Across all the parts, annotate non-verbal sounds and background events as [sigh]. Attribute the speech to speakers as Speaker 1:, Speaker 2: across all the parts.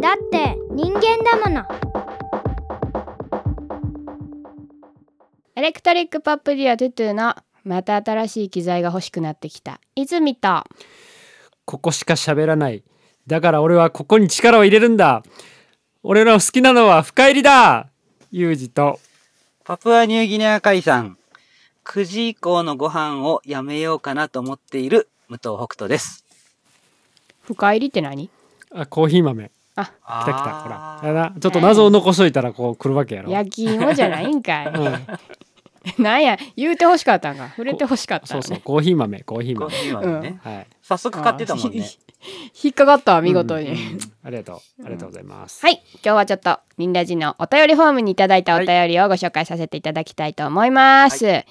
Speaker 1: だって人間だもの
Speaker 2: エレクトリックポップデュアトゥトゥのまた新しい機材が欲しくなってきた泉と
Speaker 3: ここしか喋らないだから俺はここに力を入れるんだ俺の好きなのは深入りだユージと
Speaker 4: パプアニューギニア海産。9時以降のご飯をやめようかなと思っている武藤北斗です。
Speaker 2: 深入りって何
Speaker 3: あコーヒー豆
Speaker 2: あ
Speaker 3: 来た来たほら
Speaker 4: あー
Speaker 3: あなちょっと謎を残しといたらこう来るわけやろ
Speaker 2: 焼き芋じゃないんか
Speaker 3: う
Speaker 2: い
Speaker 3: ん
Speaker 2: なんや言うて欲しかったんか触れて欲しかった
Speaker 3: そ
Speaker 2: ん
Speaker 3: う
Speaker 2: だ
Speaker 3: そう
Speaker 2: ね
Speaker 3: コーヒー豆コーヒー
Speaker 4: コー
Speaker 3: 豆
Speaker 4: ヒーはね、
Speaker 3: はい
Speaker 4: 早速買って
Speaker 2: [laughs]
Speaker 4: たもんね。
Speaker 2: 引っかかったわ見事に、
Speaker 3: うんうんありがとうありがとうございます
Speaker 2: はい今日はちょっとリンラジのお便りフォームにいただいたお便りをご紹介させていただきたいと思います、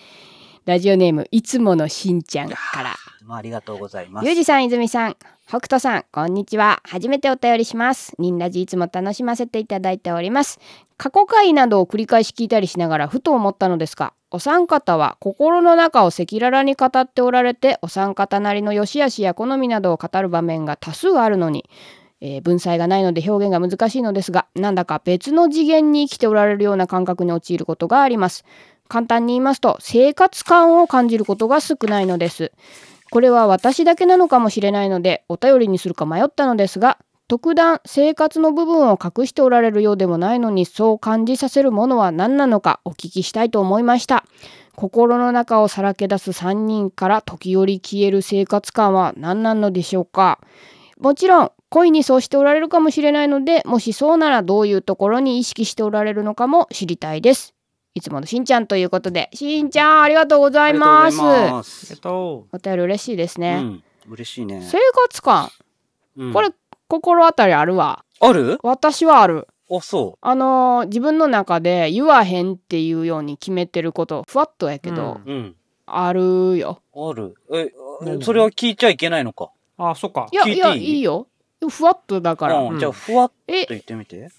Speaker 2: ラジオネームいつものしんちゃんから
Speaker 4: まあ、ありがとうございます
Speaker 2: ゆう。じさん泉さん北斗さんこんにちは初めてお便りしますリンラジいつも楽しませていただいております過去回などを繰り返し聞いたりしながらふと思ったのですがお三方は心の中を赤裸々に語っておられてお三方なりの良し悪しや好みなどを語る場面が多数あるのに、えー文才がないので表現が難しいのですがなんだか別の次元に生きておられるような感覚に陥ることがあります簡単に言いますと生活感を感じることが少ないのですこれは私だけなのかもしれないのでお便りにするか迷ったのですが特段生活の部分を隠しておられるようでもないのにそう感じさせるものは何なのかお聞きしたいと思いました心の中をさらけ出す3人から時折消える生活感は何なのでしょうかもちろん恋にそうしておられるかもしれないのでもしそうならどういうところに意識しておられるのかも知りたいですいつものしんちゃんということでしんちゃんありがとうござ
Speaker 4: あ
Speaker 2: い
Speaker 4: りがと
Speaker 2: ま
Speaker 4: うご
Speaker 2: す
Speaker 4: ざいます。
Speaker 3: と
Speaker 2: お便り嬉しいです
Speaker 4: う
Speaker 2: ね、
Speaker 4: ん、嬉しいね。
Speaker 2: 生活感
Speaker 4: うん
Speaker 2: これ心当たりあるわ
Speaker 4: ある
Speaker 2: 私はある
Speaker 4: あ、そ
Speaker 2: あのー自分の中で言わへんっていうように決めてることふわっとやけど、
Speaker 4: う。うん。
Speaker 2: あるよ
Speaker 4: ある。え、
Speaker 3: 何
Speaker 4: それは聞いちゃいけないのか。
Speaker 3: あそっか
Speaker 2: いや
Speaker 4: 聞い
Speaker 2: い
Speaker 4: ていい
Speaker 2: やいいよふわっとだから、
Speaker 4: う
Speaker 3: うん
Speaker 4: ん、じゃあ、ふわっと
Speaker 2: え
Speaker 4: 言ってみて。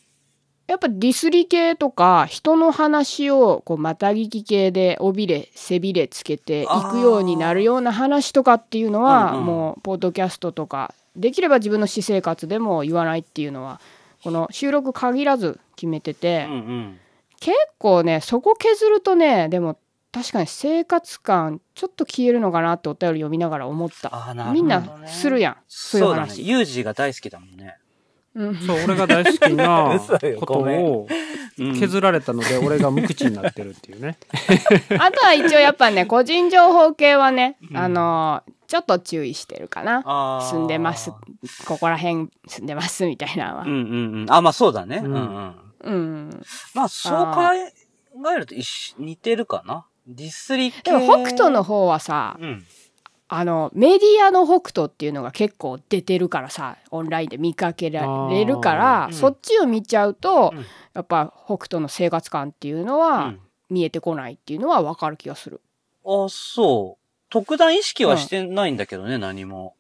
Speaker 2: やっぱディスり系とか人の話をこうまた聞き系で尾びれ背びれつけていくようになるような話とかっていうのは、
Speaker 4: あーうんうん
Speaker 2: もうポッドキャストとかできれば自分の私生活でも言わないっていうのはこの収録限らず決めてて、
Speaker 4: うんうん。
Speaker 2: 結構ねそこ削るとねでも確かに生活感ちょっと消えるのかなってお便り読みながら思った
Speaker 4: あー、なるほど、ね。
Speaker 2: みんなするやんそういう
Speaker 4: そうだね。
Speaker 2: 話
Speaker 4: ユージが大好きだもんね。
Speaker 2: うん
Speaker 3: そう俺が大好きな
Speaker 4: [laughs] 嘘よ
Speaker 3: こと
Speaker 4: ごめん
Speaker 3: を削られたので俺が無口になってるっていう
Speaker 4: [laughs]
Speaker 3: ね
Speaker 2: あとは一応やっぱね個人情報系はね、
Speaker 4: うん
Speaker 2: あのーちょっと注意してるかな
Speaker 4: あー
Speaker 2: 住んでますここら辺住んでますみたいなのは
Speaker 4: うんうんうん。あ、まあそうだね。
Speaker 3: う
Speaker 4: うんんうん。
Speaker 2: うん
Speaker 4: まあそう考え考えると一緒似てるかな。ディスリ系。
Speaker 2: でも北斗の方はさ
Speaker 4: うん。
Speaker 2: あのメディアの北斗っていうのが結構出てるからさオンラインで見かけられるから
Speaker 4: あ、ーうん
Speaker 2: そっちを見ちゃうと、
Speaker 4: うん
Speaker 2: やっぱ北斗の生活感っていうの
Speaker 4: う
Speaker 2: は
Speaker 4: ん、
Speaker 2: 見えてこないっていうのはわかる気がする。
Speaker 4: あ、そう。特段意識はしてないんだけどね、何も。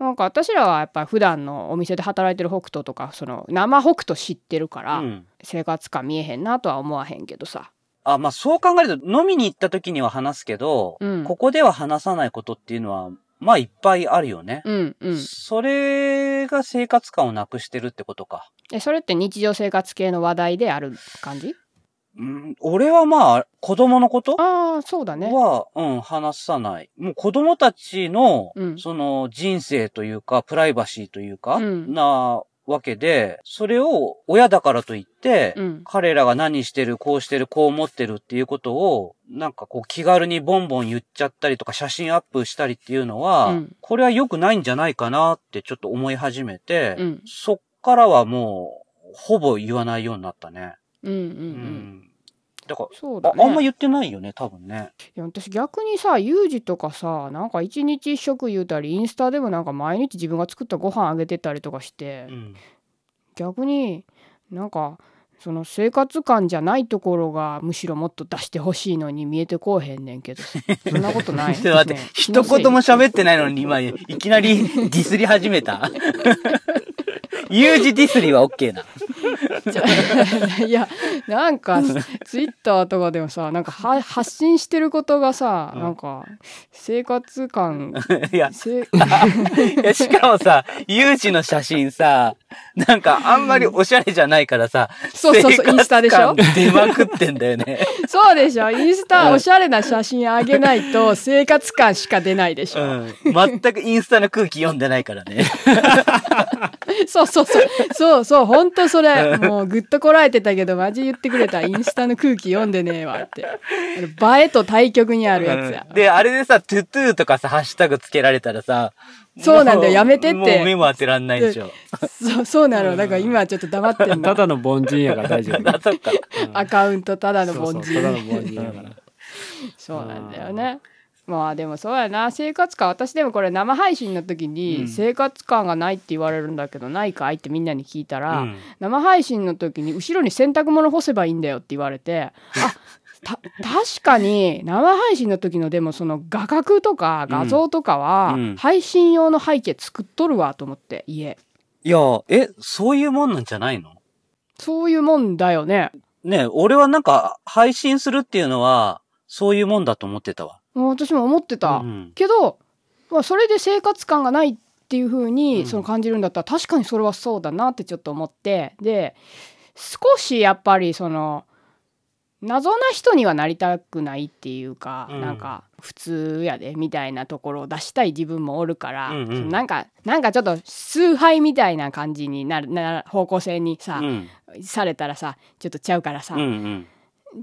Speaker 2: なんか私らはやっぱり普段のお店で働いてる北斗とかその生北斗知ってるか
Speaker 4: う
Speaker 2: ら、
Speaker 4: ん。
Speaker 2: 生活感見えへんなとは思わへんけどさ
Speaker 4: あ、まあそう考えると飲みに行った時には話すけど、
Speaker 2: うん
Speaker 4: ここでは話さないことっていうのは、まあいっぱいあるよね。
Speaker 2: うんうん
Speaker 4: それが生活感をなくしてるってことか。
Speaker 2: えそれって日常生活系の話題である感じ
Speaker 4: うん、俺はまあ、子供のこと
Speaker 2: ああそうだね
Speaker 4: は、うん、話さない。もう子供たちの、
Speaker 2: うん
Speaker 4: その人生というか、プライバシーというか、
Speaker 2: うん
Speaker 4: なわけで、それを親だからといって、
Speaker 2: うん
Speaker 4: 彼らが何してる、こうしてる、こう思ってるっていうことを、なんかこう気軽にボンボン言っちゃったりとか、写真アップしたりっていうのは、
Speaker 2: うん
Speaker 4: これは良くないんじゃないかなってちょっと思い始めて、
Speaker 2: うん
Speaker 4: そっからはもう、ほぼ言わないようになったね。
Speaker 2: うんうんう
Speaker 4: うんん。だか
Speaker 2: そう
Speaker 4: ら、
Speaker 2: だ
Speaker 4: ああんま
Speaker 2: ね
Speaker 4: 言ってないよね、多分ね。
Speaker 2: いや私逆にさユージとかさなんか一日一食言うたりインスタでもなんか毎日自分が作ったご飯あげてたりとかして、
Speaker 4: うん
Speaker 2: 逆になんかその生活感じゃないところがむしろもっと出してほしいのに見えてこうへんねんけど
Speaker 4: [laughs]
Speaker 2: さそんなことない
Speaker 4: ちょっと待って、
Speaker 2: ね
Speaker 4: 一言も喋ってないのに今、いきなりディスり始めた。U 字ディスりは OK な。
Speaker 2: い [laughs] やなんかツイッターとかでもさなんかは発信してることがさ、
Speaker 4: うん
Speaker 2: なんか生活
Speaker 4: [laughs]
Speaker 2: 感
Speaker 4: いや、
Speaker 2: せ
Speaker 4: いやしかもさ、ユージの写真さ、なんかあんまりおしゃれじゃないからさ、
Speaker 2: そうそうそうインスタでしょ
Speaker 4: 生活感出まくってんだよ
Speaker 2: [laughs]
Speaker 4: ね。
Speaker 2: そうでしょインス
Speaker 4: う
Speaker 2: タ
Speaker 4: ん
Speaker 2: おしゃれな写真あげないと生活感しか出ないでし
Speaker 4: う
Speaker 2: ょ、
Speaker 4: ん。全くインスタの空気読んでないからね。
Speaker 2: そうそうそうそうそうほんとそれ
Speaker 4: うん
Speaker 2: もうぐっとこらえてたけどマジ言ってくれたインスタの空気読んでねえわってあの映えと対極にあるやつや、
Speaker 4: うんで、あれでさ、トゥトゥとかさ、ハッシュタグつけられたらさ、
Speaker 2: そうなんだよ
Speaker 4: も
Speaker 2: やめてって
Speaker 4: もう目も当てらんないでしょ。
Speaker 2: そうそうなのだから今はちょっと黙ってん
Speaker 3: た
Speaker 2: の
Speaker 3: だの凡人やから大丈
Speaker 4: [laughs]
Speaker 3: 夫。
Speaker 4: あ、そっか。
Speaker 3: うん
Speaker 2: アカウントただの
Speaker 3: そうそ
Speaker 2: 凡
Speaker 3: うただの
Speaker 2: 人
Speaker 3: 凡人やから。
Speaker 2: そうなんだよね。まあでもそうやな生活感私でもこれ生配信の時
Speaker 4: う
Speaker 2: に
Speaker 4: ん
Speaker 2: 生活感がないって言われるんだけどないかいってみんなに聞いたら、
Speaker 4: うん
Speaker 2: 生配信の時に後ろに洗濯物干せばいいんだよって言われ
Speaker 4: [laughs]
Speaker 2: てあた確かに生配信の時のでもその画角とか画像とかは
Speaker 4: うんうん
Speaker 2: 配信用の背景作っとるわと思って家
Speaker 4: いや、え、そういうもんなんじゃないの
Speaker 2: そういうもんだよね
Speaker 4: ねえ俺はなんか、配信するっていうのは、そういうもんだと思ってたわ。
Speaker 2: もう私も思ってた、
Speaker 4: うん
Speaker 2: けど、まあ、それで生活感がないっていう風
Speaker 4: う
Speaker 2: に
Speaker 4: ん
Speaker 2: その感じるんだったら確かにそれはそうだなってちょっと思ってで少しやっぱりその謎な人にはなりたくないっていうか、
Speaker 4: うん
Speaker 2: なんか普通やでみたいなところを出したい自分もおるから、
Speaker 4: うんうん
Speaker 2: なんかなんかちょっと崇拝みたいな感じになるな方向性にさ
Speaker 4: う、ん。
Speaker 2: されたらさちょっとちゃうからさ、
Speaker 4: うんうん。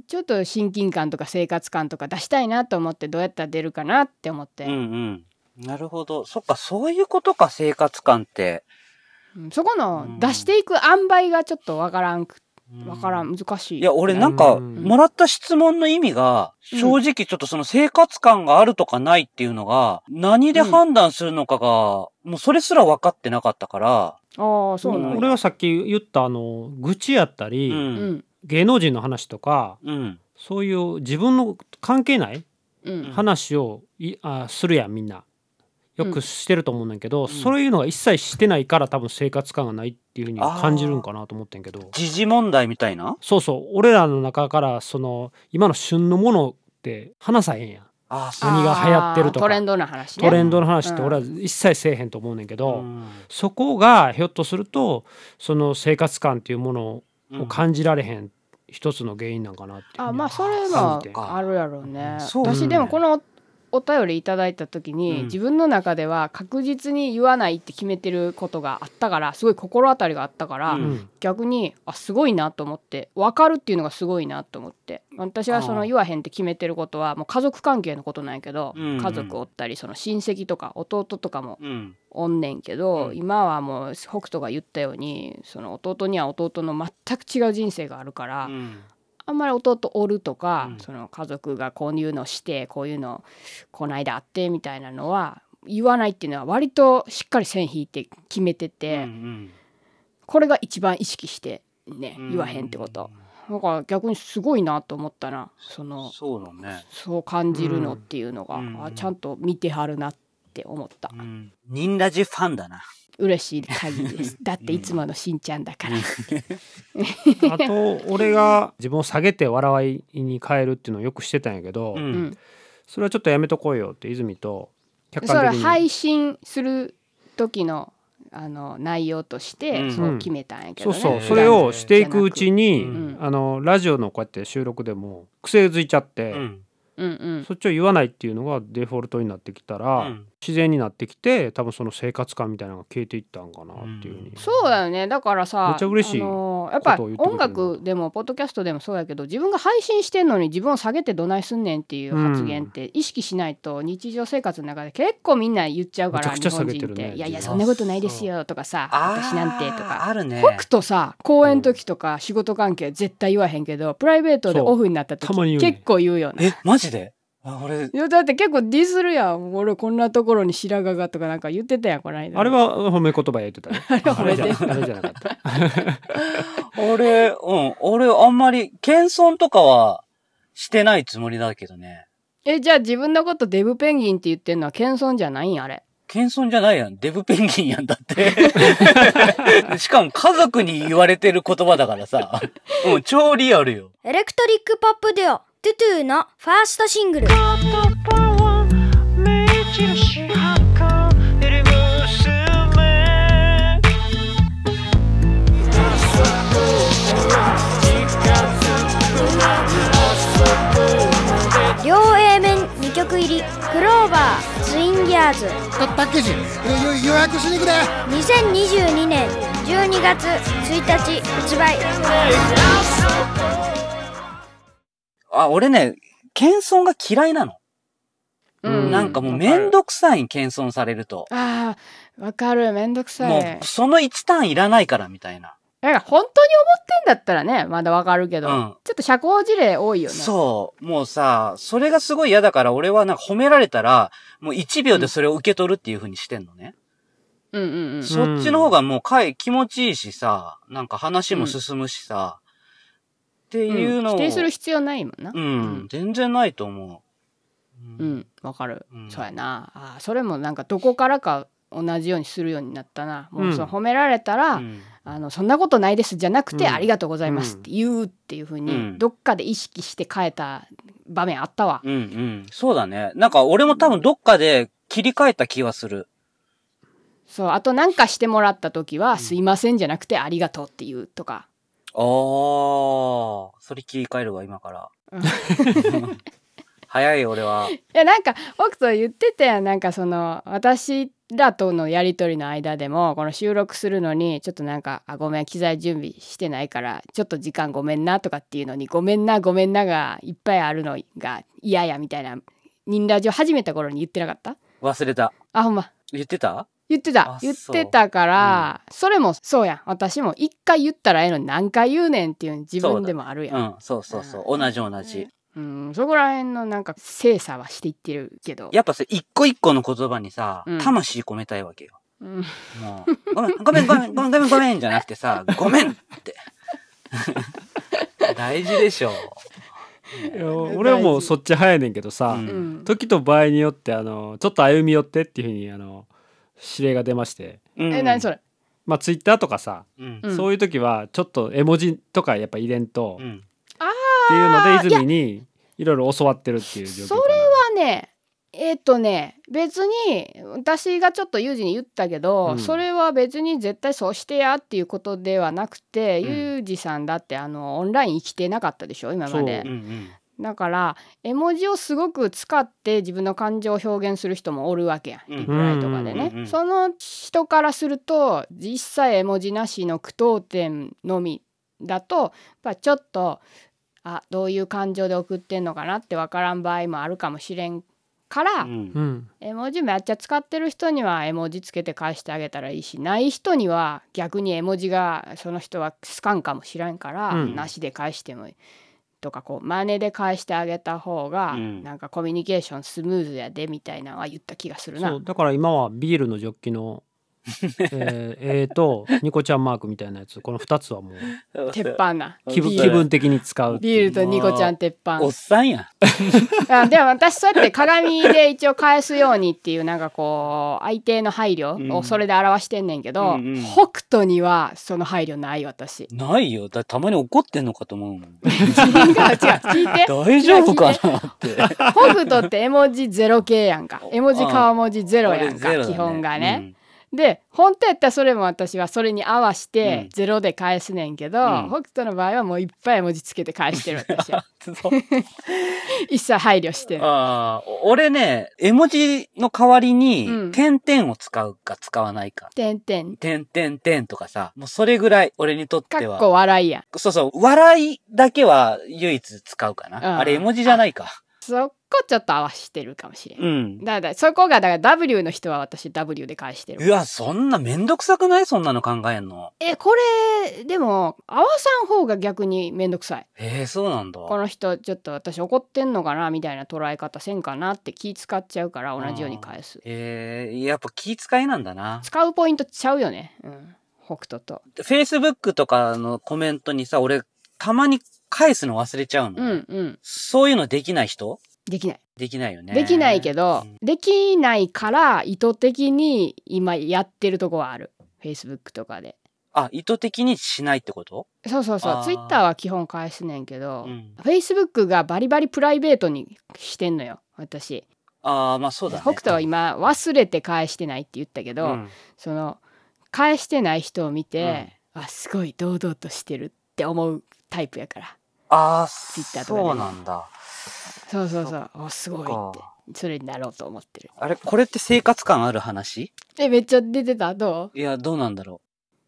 Speaker 2: ちょっと親近感とか生活感とか出したいなと思ってどうやったら出るかなって思って、
Speaker 4: うんうん。なるほど。そっか、そういうことか、生活感って。
Speaker 2: うんそこの
Speaker 4: うん
Speaker 2: 出していく塩梅がちょっとわからんく
Speaker 4: う
Speaker 2: わからん難しい。
Speaker 4: いや、俺なんか、
Speaker 3: うん
Speaker 4: もらった質問の意味が、正直ちょっとその生活感があるとかないっていうのが、何で判断するのかが、もうそれすら分かってなかったから、
Speaker 2: ああそうなん
Speaker 3: 俺
Speaker 2: や。
Speaker 3: はさっき言ったあの愚痴やったり、
Speaker 4: う、
Speaker 2: うんん
Speaker 3: 芸能人の話とか
Speaker 4: うん、
Speaker 3: そういう自分の関係ない
Speaker 2: うん
Speaker 3: 話をいあするやんみんなよくしてると思うんだけど、
Speaker 4: ん
Speaker 3: そういうのが一切してないから多分生活感がないっていうふうには感じるんかなと思ってんけど
Speaker 4: 時事問題みたいな
Speaker 3: そうそう俺らの中からその今の旬のものって話さへんやん
Speaker 4: ああ、そう
Speaker 3: 何が流行ってるとか
Speaker 2: あートレンドの話ね。
Speaker 3: トレンドの話って
Speaker 2: うん
Speaker 3: 俺は一切せえへんと思うねんけど、
Speaker 4: うん
Speaker 3: そこがひょっとするとその生活感っていうもの
Speaker 4: う
Speaker 3: を
Speaker 4: ん
Speaker 3: 感じられへん一つの原因なんかなっていう
Speaker 2: あまあそれ
Speaker 3: 感
Speaker 2: も
Speaker 3: じて
Speaker 4: か
Speaker 2: あるやろうね。
Speaker 4: そう
Speaker 2: 私でもこのおお便りいただいた時に、
Speaker 4: うん
Speaker 2: 自分の中では確実に言わないって決めてることがあったからすごい心当たりがあったから、
Speaker 4: う
Speaker 3: うんん
Speaker 2: 逆にあすごいなと思って分かるっていうのがすごいなと思って私はそ
Speaker 4: あ
Speaker 2: の
Speaker 4: ー
Speaker 2: 言わへんって決めてることはもう家族関係のことなんやけど、
Speaker 4: うんうん
Speaker 2: 家族おったりその親戚とか弟とかも
Speaker 4: うん、
Speaker 2: おんねんけど、
Speaker 4: うん
Speaker 2: 今はもう北斗が言ったようにその弟には弟の全く違う人生があるから、
Speaker 4: うん
Speaker 2: あんまり弟おるとか、
Speaker 4: うん
Speaker 2: その家族がこういうのしてこういうのこないだあってみたいなのは言わないっていうのは割としっかり線引いて決めてて。
Speaker 4: うん
Speaker 2: これが一番意識してね
Speaker 4: うん
Speaker 2: 言わへんってこと、なんか逆にすごいなと思ったなその
Speaker 4: そうだね、
Speaker 2: そう感じるのっていうのが、
Speaker 4: うん
Speaker 2: あちゃんと見てはるなって思った、
Speaker 4: うん、ニンラジファンだな
Speaker 2: 嬉しい限りです
Speaker 4: [laughs]
Speaker 2: だっていつものしんちゃんだから、
Speaker 3: あと俺が自分を下げて笑いに変えるっていうのをよくしてたんやけど、
Speaker 2: うん
Speaker 3: それはちょっとやめとこうよって泉と客
Speaker 2: それ
Speaker 3: 観
Speaker 2: は
Speaker 3: 的に
Speaker 2: 配信する時のあの内容として、
Speaker 4: うん
Speaker 2: そう決めたんやけど
Speaker 3: そう
Speaker 2: ね、
Speaker 3: そう
Speaker 4: ね
Speaker 3: それをしていくうちに、
Speaker 4: うん
Speaker 3: あのラジオのこうやって収録でも癖づいちゃって、
Speaker 4: うん
Speaker 2: うんうん
Speaker 3: そっちを言わないっていうのがデフォルトになってきた
Speaker 4: う
Speaker 3: ら、
Speaker 4: ん
Speaker 3: 自然になってきて多分その生活感みたいなのが消えていったんかなっていうふうに、
Speaker 4: うん
Speaker 2: そうだよねだからさ
Speaker 3: めっちゃ嬉しい
Speaker 2: あのーやっぱ
Speaker 3: ことを言ってくれ
Speaker 2: 音
Speaker 3: るな
Speaker 2: 楽でもポッドキャストでもそうやけど自分が配信してんのに自分を下げてどないすんねんっていう発言って意識しないと日常生活の中で結構みんな言っちゃうから
Speaker 3: めちゃくちゃ下げ
Speaker 2: 日
Speaker 3: て
Speaker 2: 本
Speaker 3: る
Speaker 2: 人っ
Speaker 3: ね
Speaker 2: て「いやいや
Speaker 4: 自
Speaker 2: そ
Speaker 4: 分
Speaker 2: んなことないですよ」とかさ「
Speaker 4: あー
Speaker 2: 私なんて」とか。
Speaker 4: あるね
Speaker 2: 僕とさ公演の時とか仕事関係絶対言わへんけど、プライベートで
Speaker 3: そう
Speaker 2: オフになった時
Speaker 3: たまに言うね
Speaker 2: 結構言うよね。
Speaker 4: えマジであ俺
Speaker 2: いやだって結構ディスるやん俺こんなところに白髪がとかなんか言ってたやんこの間
Speaker 3: あれは褒め言葉やって
Speaker 2: [laughs]
Speaker 3: たねあれ
Speaker 2: は褒めて
Speaker 3: じゃあれじゃなかった
Speaker 4: 俺、うん、俺あんまり謙遜とかはしてないつもりだけどね。
Speaker 2: えじゃあ自分のことデブペンギンって言ってんのは謙遜じゃないんあれ
Speaker 4: 謙遜じゃないやん。デブペンギンやんだって。しかも家族に言われてる言葉だからさ。うん、超リアルよ。
Speaker 1: エレクトリックポップデュオトゥトゥのファーストシングル
Speaker 5: 目印箱入り娘
Speaker 1: 両 A 面2曲入りクローバーツインギャーズ
Speaker 6: パパッケージよよ予約しに行くで
Speaker 1: 2022年12月1日発売
Speaker 4: あ、俺ね、謙遜が嫌いなの。
Speaker 2: うん
Speaker 4: なんかもうめんどくさい謙遜されると。
Speaker 2: あーわかるめんどくさ
Speaker 4: も、
Speaker 2: いう
Speaker 4: その1ターンいらないからみたいな。
Speaker 2: なんか本当に思ってんだったらねまだわかるけど、
Speaker 4: うん
Speaker 2: ちょっと社交辞令多いよね
Speaker 4: そう。もうさ、それがすごい嫌だから、俺はなんか褒められたら、もう1秒でそれを受け取るっていう風にしてんのね。
Speaker 2: ううんうんうん
Speaker 4: そっちの方がもうかい気持ちいいしさ、なんか話も進むしさ、っていうのを、
Speaker 2: 否
Speaker 4: うん、
Speaker 2: 定する必要ないもんなうん
Speaker 4: 全然ないと思う。
Speaker 2: う。んわかる、
Speaker 4: うん
Speaker 2: そうやなあーそれもなんかどこからか同じようにするようになったなもううんその褒められたら、
Speaker 4: うん
Speaker 2: あの「そんなことないです」じゃなくて「
Speaker 3: うん
Speaker 2: ありがとうございます」って言うっていうふうに、
Speaker 4: うん
Speaker 2: どっかで意識して変えた場面あったわ、
Speaker 4: うんうん。そうだね。なんか俺も多分どっかで切り替えた気はする。
Speaker 2: そうあとなんかしてもらった時は「すいません」じゃなくて「ありがとう」っていうとか
Speaker 4: あー、それ切り替えるわ、今から。 [laughs] 早い、俺は。
Speaker 2: いやなんか北斗言ってたやんなんかその私らとのやり取りの間でもこの収録するのにちょっとなんか「あごめん機材準備してないからちょっと時間ごめんな」とかっていうのに「ごめんなごめんな」がいっぱいあるのが嫌やみたいな「ニンラジオ」始めた頃に言ってなかった
Speaker 4: 忘れた。
Speaker 2: あほんま
Speaker 4: 言ってた
Speaker 2: 言ってた
Speaker 4: あ
Speaker 2: 言ってたから、それもそうやん私も一回言ったらええのに何回言うねんっていう自分でもあるや
Speaker 4: うんん、そうそうそう。同じ同じ。
Speaker 2: うん、そこら辺のなんか精査はしていってるけど
Speaker 4: やっぱさ、一個一個の言葉にさ
Speaker 2: うん、
Speaker 4: 魂込めたいわけよ。
Speaker 2: うん
Speaker 4: もう、ごめん、ごめん、ごめん、ごめん、ごめん、ごめん、じゃなくてさ、ごめんって。 [laughs] 大事でしょ。
Speaker 3: いや俺はもうそっち早いねんけどさ、
Speaker 4: うん
Speaker 2: うん
Speaker 3: 時と場合によってあのちょっと歩み寄ってっていうふうにあの指令が出まして
Speaker 4: うん
Speaker 2: え何それ
Speaker 3: まあツイッターとかさ、
Speaker 4: うん
Speaker 2: うん
Speaker 3: そういう時はちょっと絵文字とかやっぱ入れんと、
Speaker 4: う
Speaker 3: っ
Speaker 4: ん。
Speaker 3: ていうので泉にいろいろ教わってるっていう状況かな
Speaker 2: それはねえっ、とね別に私がちょっとユージに言ったけど、
Speaker 3: うん
Speaker 2: それは別に絶対そうしてやっていうことではなくて、
Speaker 4: うん
Speaker 2: ユージさんだってあのオンライン生きてなかったでしょ今まで
Speaker 4: うん。うん。
Speaker 2: だから絵文字をすごく使って自分の感情を表現する人もおるわけやん
Speaker 4: うん
Speaker 2: リプライとかで
Speaker 4: うんうんうんう
Speaker 2: ね
Speaker 4: ん
Speaker 2: その人からすると実際絵文字なしの句読点のみだとやっぱちょっとあどういう感情で送ってんのかなって分からん場合もあるかもしれんから、
Speaker 4: うん
Speaker 3: うん
Speaker 2: 絵文字めっちゃ使ってる人には絵文字つけて返してあげたらいいしない人には逆に絵文字がその人は好かんかもしれんから、
Speaker 3: うん
Speaker 2: なしで返してもいいとかこう真似で返してあげた方が、
Speaker 4: うん
Speaker 2: なんかコミュニケーションスムーズやでみたいなのは言った気がする
Speaker 3: そ
Speaker 2: な
Speaker 3: うだから今はビールのジョッキ
Speaker 2: [laughs]
Speaker 3: のえー、えーとニコちゃんマークみたいなやつこの2つはもう
Speaker 2: 鉄。板な
Speaker 3: 気分
Speaker 2: ビー
Speaker 4: ビ
Speaker 3: 気
Speaker 2: ル
Speaker 3: 分的に使う
Speaker 2: ビールとニコちゃん鉄板
Speaker 4: おっさんやん。
Speaker 2: あでも私そうやって鏡で一応返すようにっていうなんかこう相手の配慮
Speaker 4: う
Speaker 2: を
Speaker 4: ん
Speaker 2: それで表してんねんけど、
Speaker 4: うんうん
Speaker 2: 北斗にはその配慮ない私。
Speaker 4: ないよ。だたまに怒ってんのかと思うもん。
Speaker 2: 違う違う聞いて
Speaker 4: 大丈夫かなって。
Speaker 2: 北斗って絵文字ゼロ系やんか絵文字顔文字ゼロやんか、
Speaker 4: 俺ゼロだね
Speaker 2: 基本がね、。で本当やったらそれも私はそれに合わせ
Speaker 4: う
Speaker 2: て
Speaker 4: ん
Speaker 2: ゼロで返すねんけど、
Speaker 4: うん
Speaker 2: 北斗の場合はもういっぱい絵文字つけて返してる私は
Speaker 4: うん [laughs] そう
Speaker 2: 一切配慮してない
Speaker 4: ああ、俺ね、絵文字の代わり
Speaker 2: うん
Speaker 4: に、点々を使うか使わないか。
Speaker 2: 点々
Speaker 4: 点点点とかさ、もうそれぐらい、俺にとっ
Speaker 2: か
Speaker 4: て
Speaker 2: っ
Speaker 4: は。
Speaker 2: こ笑いやん
Speaker 4: そうそう、笑いだけは唯一使うかな。
Speaker 2: うん
Speaker 4: あれ絵文字じゃないか。
Speaker 2: そこちょっと合わしてるかもしれん、
Speaker 4: うん。
Speaker 2: だからそこがだから W の人は私 W で返して
Speaker 4: う
Speaker 2: る
Speaker 4: わ、そんなめんどくさくないそんなの考えんの。
Speaker 2: えこれでも合わさん方が逆にめんどくさい
Speaker 4: ええそうなんだ。
Speaker 2: この人ちょっと私怒ってんのかなみたいな捉え方せんかなって気使っちゃうから同じように返す
Speaker 4: ええやっぱ気遣いなんだな。
Speaker 2: 使うポイントちゃうよね、うん、北斗と
Speaker 4: Facebook とかのコメントにさ、俺、たまに返すの忘れちゃうの。
Speaker 2: うんうん
Speaker 4: そういうのできない人
Speaker 2: できない。
Speaker 4: できないよね。
Speaker 2: できないけど、
Speaker 4: うん
Speaker 2: できないから意図的に今やってるとこはある。Facebook とかで。
Speaker 4: あ、意図的にしないってこと
Speaker 2: そうそうそう
Speaker 4: あ。ー
Speaker 2: Twitter は基本返すねんけど、
Speaker 4: うん
Speaker 2: Facebook がバリバリプライベートにしてんのよ。私、
Speaker 4: ああ、まあそうだね。
Speaker 2: 北斗は今忘れて返してないって言ったけど、
Speaker 4: うん
Speaker 2: その返してない人を見て、あすごい堂々としてるって思うタイプやから
Speaker 4: ああ、
Speaker 2: Twitter とかでね
Speaker 4: そうなんだ。
Speaker 2: そうそうそうおすごい
Speaker 4: そっ
Speaker 2: っ
Speaker 4: か
Speaker 2: てそれになろうと思ってる
Speaker 4: あれ、これって生活感ある話
Speaker 2: えめっちゃ出てたど
Speaker 4: いや、どうなんだろ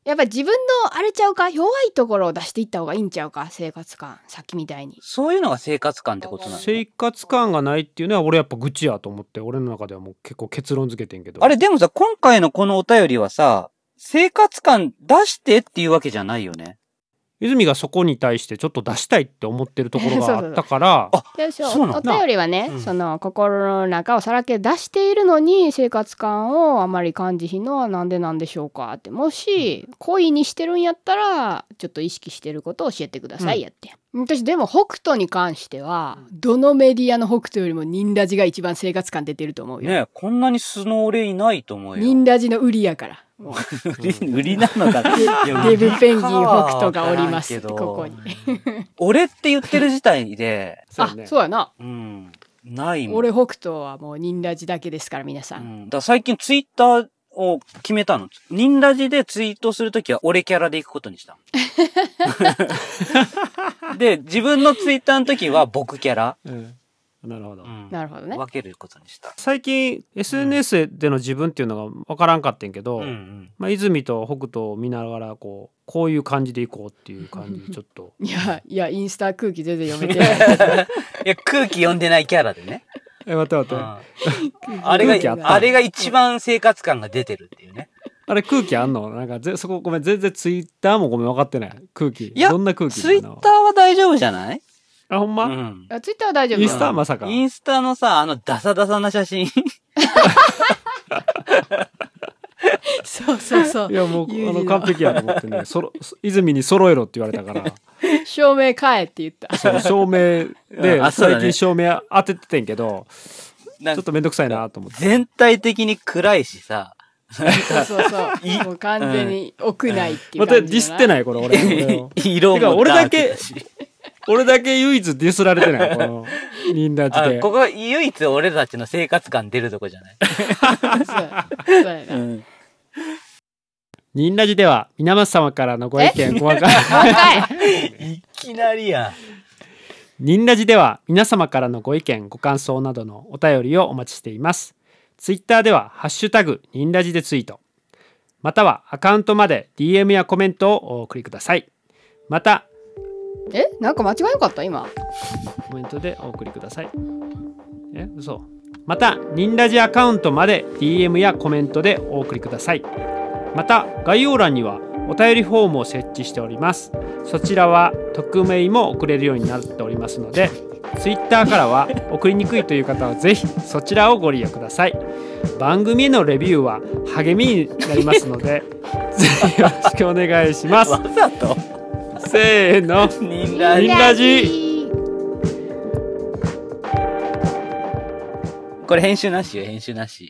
Speaker 2: うやっぱ自分のあれちゃうか弱いところを出していった方がいいんちゃうか生活感さっきみたいに
Speaker 4: う。そういうのが生活感ってことなの
Speaker 3: 生活感がないっていうのは俺やっぱ愚痴やと思って俺の中ではもう結構結論付けてんけど
Speaker 4: あれ、でもさ、今回のこのお便りはさ、生活感出してっていうわけじゃないよね。
Speaker 3: 泉がそこに対してちょっと出したいって思ってるとこ
Speaker 4: [laughs]
Speaker 3: ろがあったから
Speaker 4: そうそう
Speaker 2: でしょ
Speaker 4: そうな
Speaker 2: お
Speaker 4: んだ
Speaker 2: 便りはね、
Speaker 4: うん
Speaker 2: その心の中をさらけ出しているのに生活感をあまり感じひんのはなんでなんでしょうかってもし恋にしてるんやったらちょっと意識してることを教えてくださいやって、私でも北斗に関してはどのメディアの北斗よりもニンラジが一番生活感出てると思うよ、
Speaker 4: ねえこんなに素の俺いないと思う
Speaker 2: ニ
Speaker 4: よ。
Speaker 2: ンラジの売りやからもう
Speaker 4: 売り、売りなのかな。いや
Speaker 2: デブペンギン
Speaker 4: 売りか
Speaker 2: 北
Speaker 4: は
Speaker 2: 斗がおります
Speaker 4: わ
Speaker 2: って
Speaker 4: からんけど
Speaker 2: ここに
Speaker 4: 俺って言ってる時点で、
Speaker 3: そう
Speaker 2: あ
Speaker 3: やね
Speaker 2: そうやな
Speaker 4: うん、ないもん。
Speaker 2: 俺北斗はもうニンラジだけですから皆さ、
Speaker 4: うんん、だから最近ツイッターを決めたの。ニンラジでツイートするときは俺キャラで行くことにした。で、自分のツイッターのときは僕キャラ、
Speaker 3: うんなるほど、
Speaker 4: うん
Speaker 2: なるほどね
Speaker 4: 分けることにした。
Speaker 3: 最近 SNS での自分っていうのが分からんかってんけど、
Speaker 4: うんうん。
Speaker 3: まあ、泉と北斗を見ながらこうこういう感じでいこうっていう感じでちょっと
Speaker 2: いやいやインスタ空気全然読めてない
Speaker 4: いや、空気読んでないキャラでね。
Speaker 3: [laughs] え待って待
Speaker 4: う
Speaker 3: っ
Speaker 4: ん
Speaker 3: て
Speaker 4: あれ
Speaker 3: 空気あっ
Speaker 4: が、
Speaker 3: た
Speaker 4: あれが一番生活感が出てるっていうね。
Speaker 3: あれ空気あんのなんかぜそこごめん全然ツイッターもごめん分かってない空気
Speaker 4: いや
Speaker 3: どんな空気
Speaker 4: ツイッター
Speaker 3: の
Speaker 4: は大丈夫じゃない
Speaker 3: あほんま、
Speaker 4: うん。
Speaker 2: あツイッターは大丈夫
Speaker 3: イ
Speaker 2: よ
Speaker 3: ンスタまさか
Speaker 4: インスタのさ、あのダサダサな写真。
Speaker 2: そうそうそう
Speaker 3: い。やもう
Speaker 2: 友
Speaker 3: あ
Speaker 2: 人
Speaker 3: の
Speaker 2: の
Speaker 3: 完璧やと思って
Speaker 4: [laughs]
Speaker 3: ねそろ泉に揃えろって言われたから
Speaker 2: 照明変えって言った。
Speaker 3: その照明
Speaker 4: うん
Speaker 3: で
Speaker 4: あそう
Speaker 3: 最
Speaker 4: だ
Speaker 3: 近
Speaker 4: ね
Speaker 3: 照明当てててんけどち
Speaker 4: な
Speaker 3: ょっ
Speaker 4: んか
Speaker 3: と面倒くさいなと思って
Speaker 4: 全体的に暗いしさ。
Speaker 2: そうそうそう。もう完全に屋内っていう感じ
Speaker 3: [laughs] また
Speaker 2: だな。
Speaker 3: ディスってないこれ俺俺を
Speaker 4: 色
Speaker 3: てか
Speaker 4: も
Speaker 3: 俺だけ
Speaker 4: ダークし
Speaker 3: [laughs] 俺だけ唯一ディスられてないこのみんな
Speaker 4: あ
Speaker 3: で
Speaker 4: ここは唯一俺たちの生活感出るとこじゃない。
Speaker 2: そうそうやな
Speaker 3: ニンラジでは皆松様からのご意見ご案内
Speaker 2: 若い。
Speaker 4: いきなりやん。
Speaker 3: [laughs] ニンラジでは皆様からのご意見ご感想などのお便りをお待ちしていますツイッターではハッシュタグニンラジでツイートまたはアカウントまで DM やコメントをお送りくださいまた
Speaker 2: え、なんか間違いよかった今。
Speaker 3: コメントでお送りくださいえ嘘またニンラジアカウントまで DM やコメントでお送りくださいまた概要欄にはお便りフォームを設置しておりますそちらは匿名も送れるようになっておりますので Twitter からは送りにくいという方はぜひそちらをご利用ください番組へのレビューは励みになりますのでぜひよろしくお願いし [laughs] ます
Speaker 4: わざと。
Speaker 3: せーの
Speaker 4: [laughs] みんな
Speaker 3: ニンラジ
Speaker 4: これ編集なしよ、編集なし。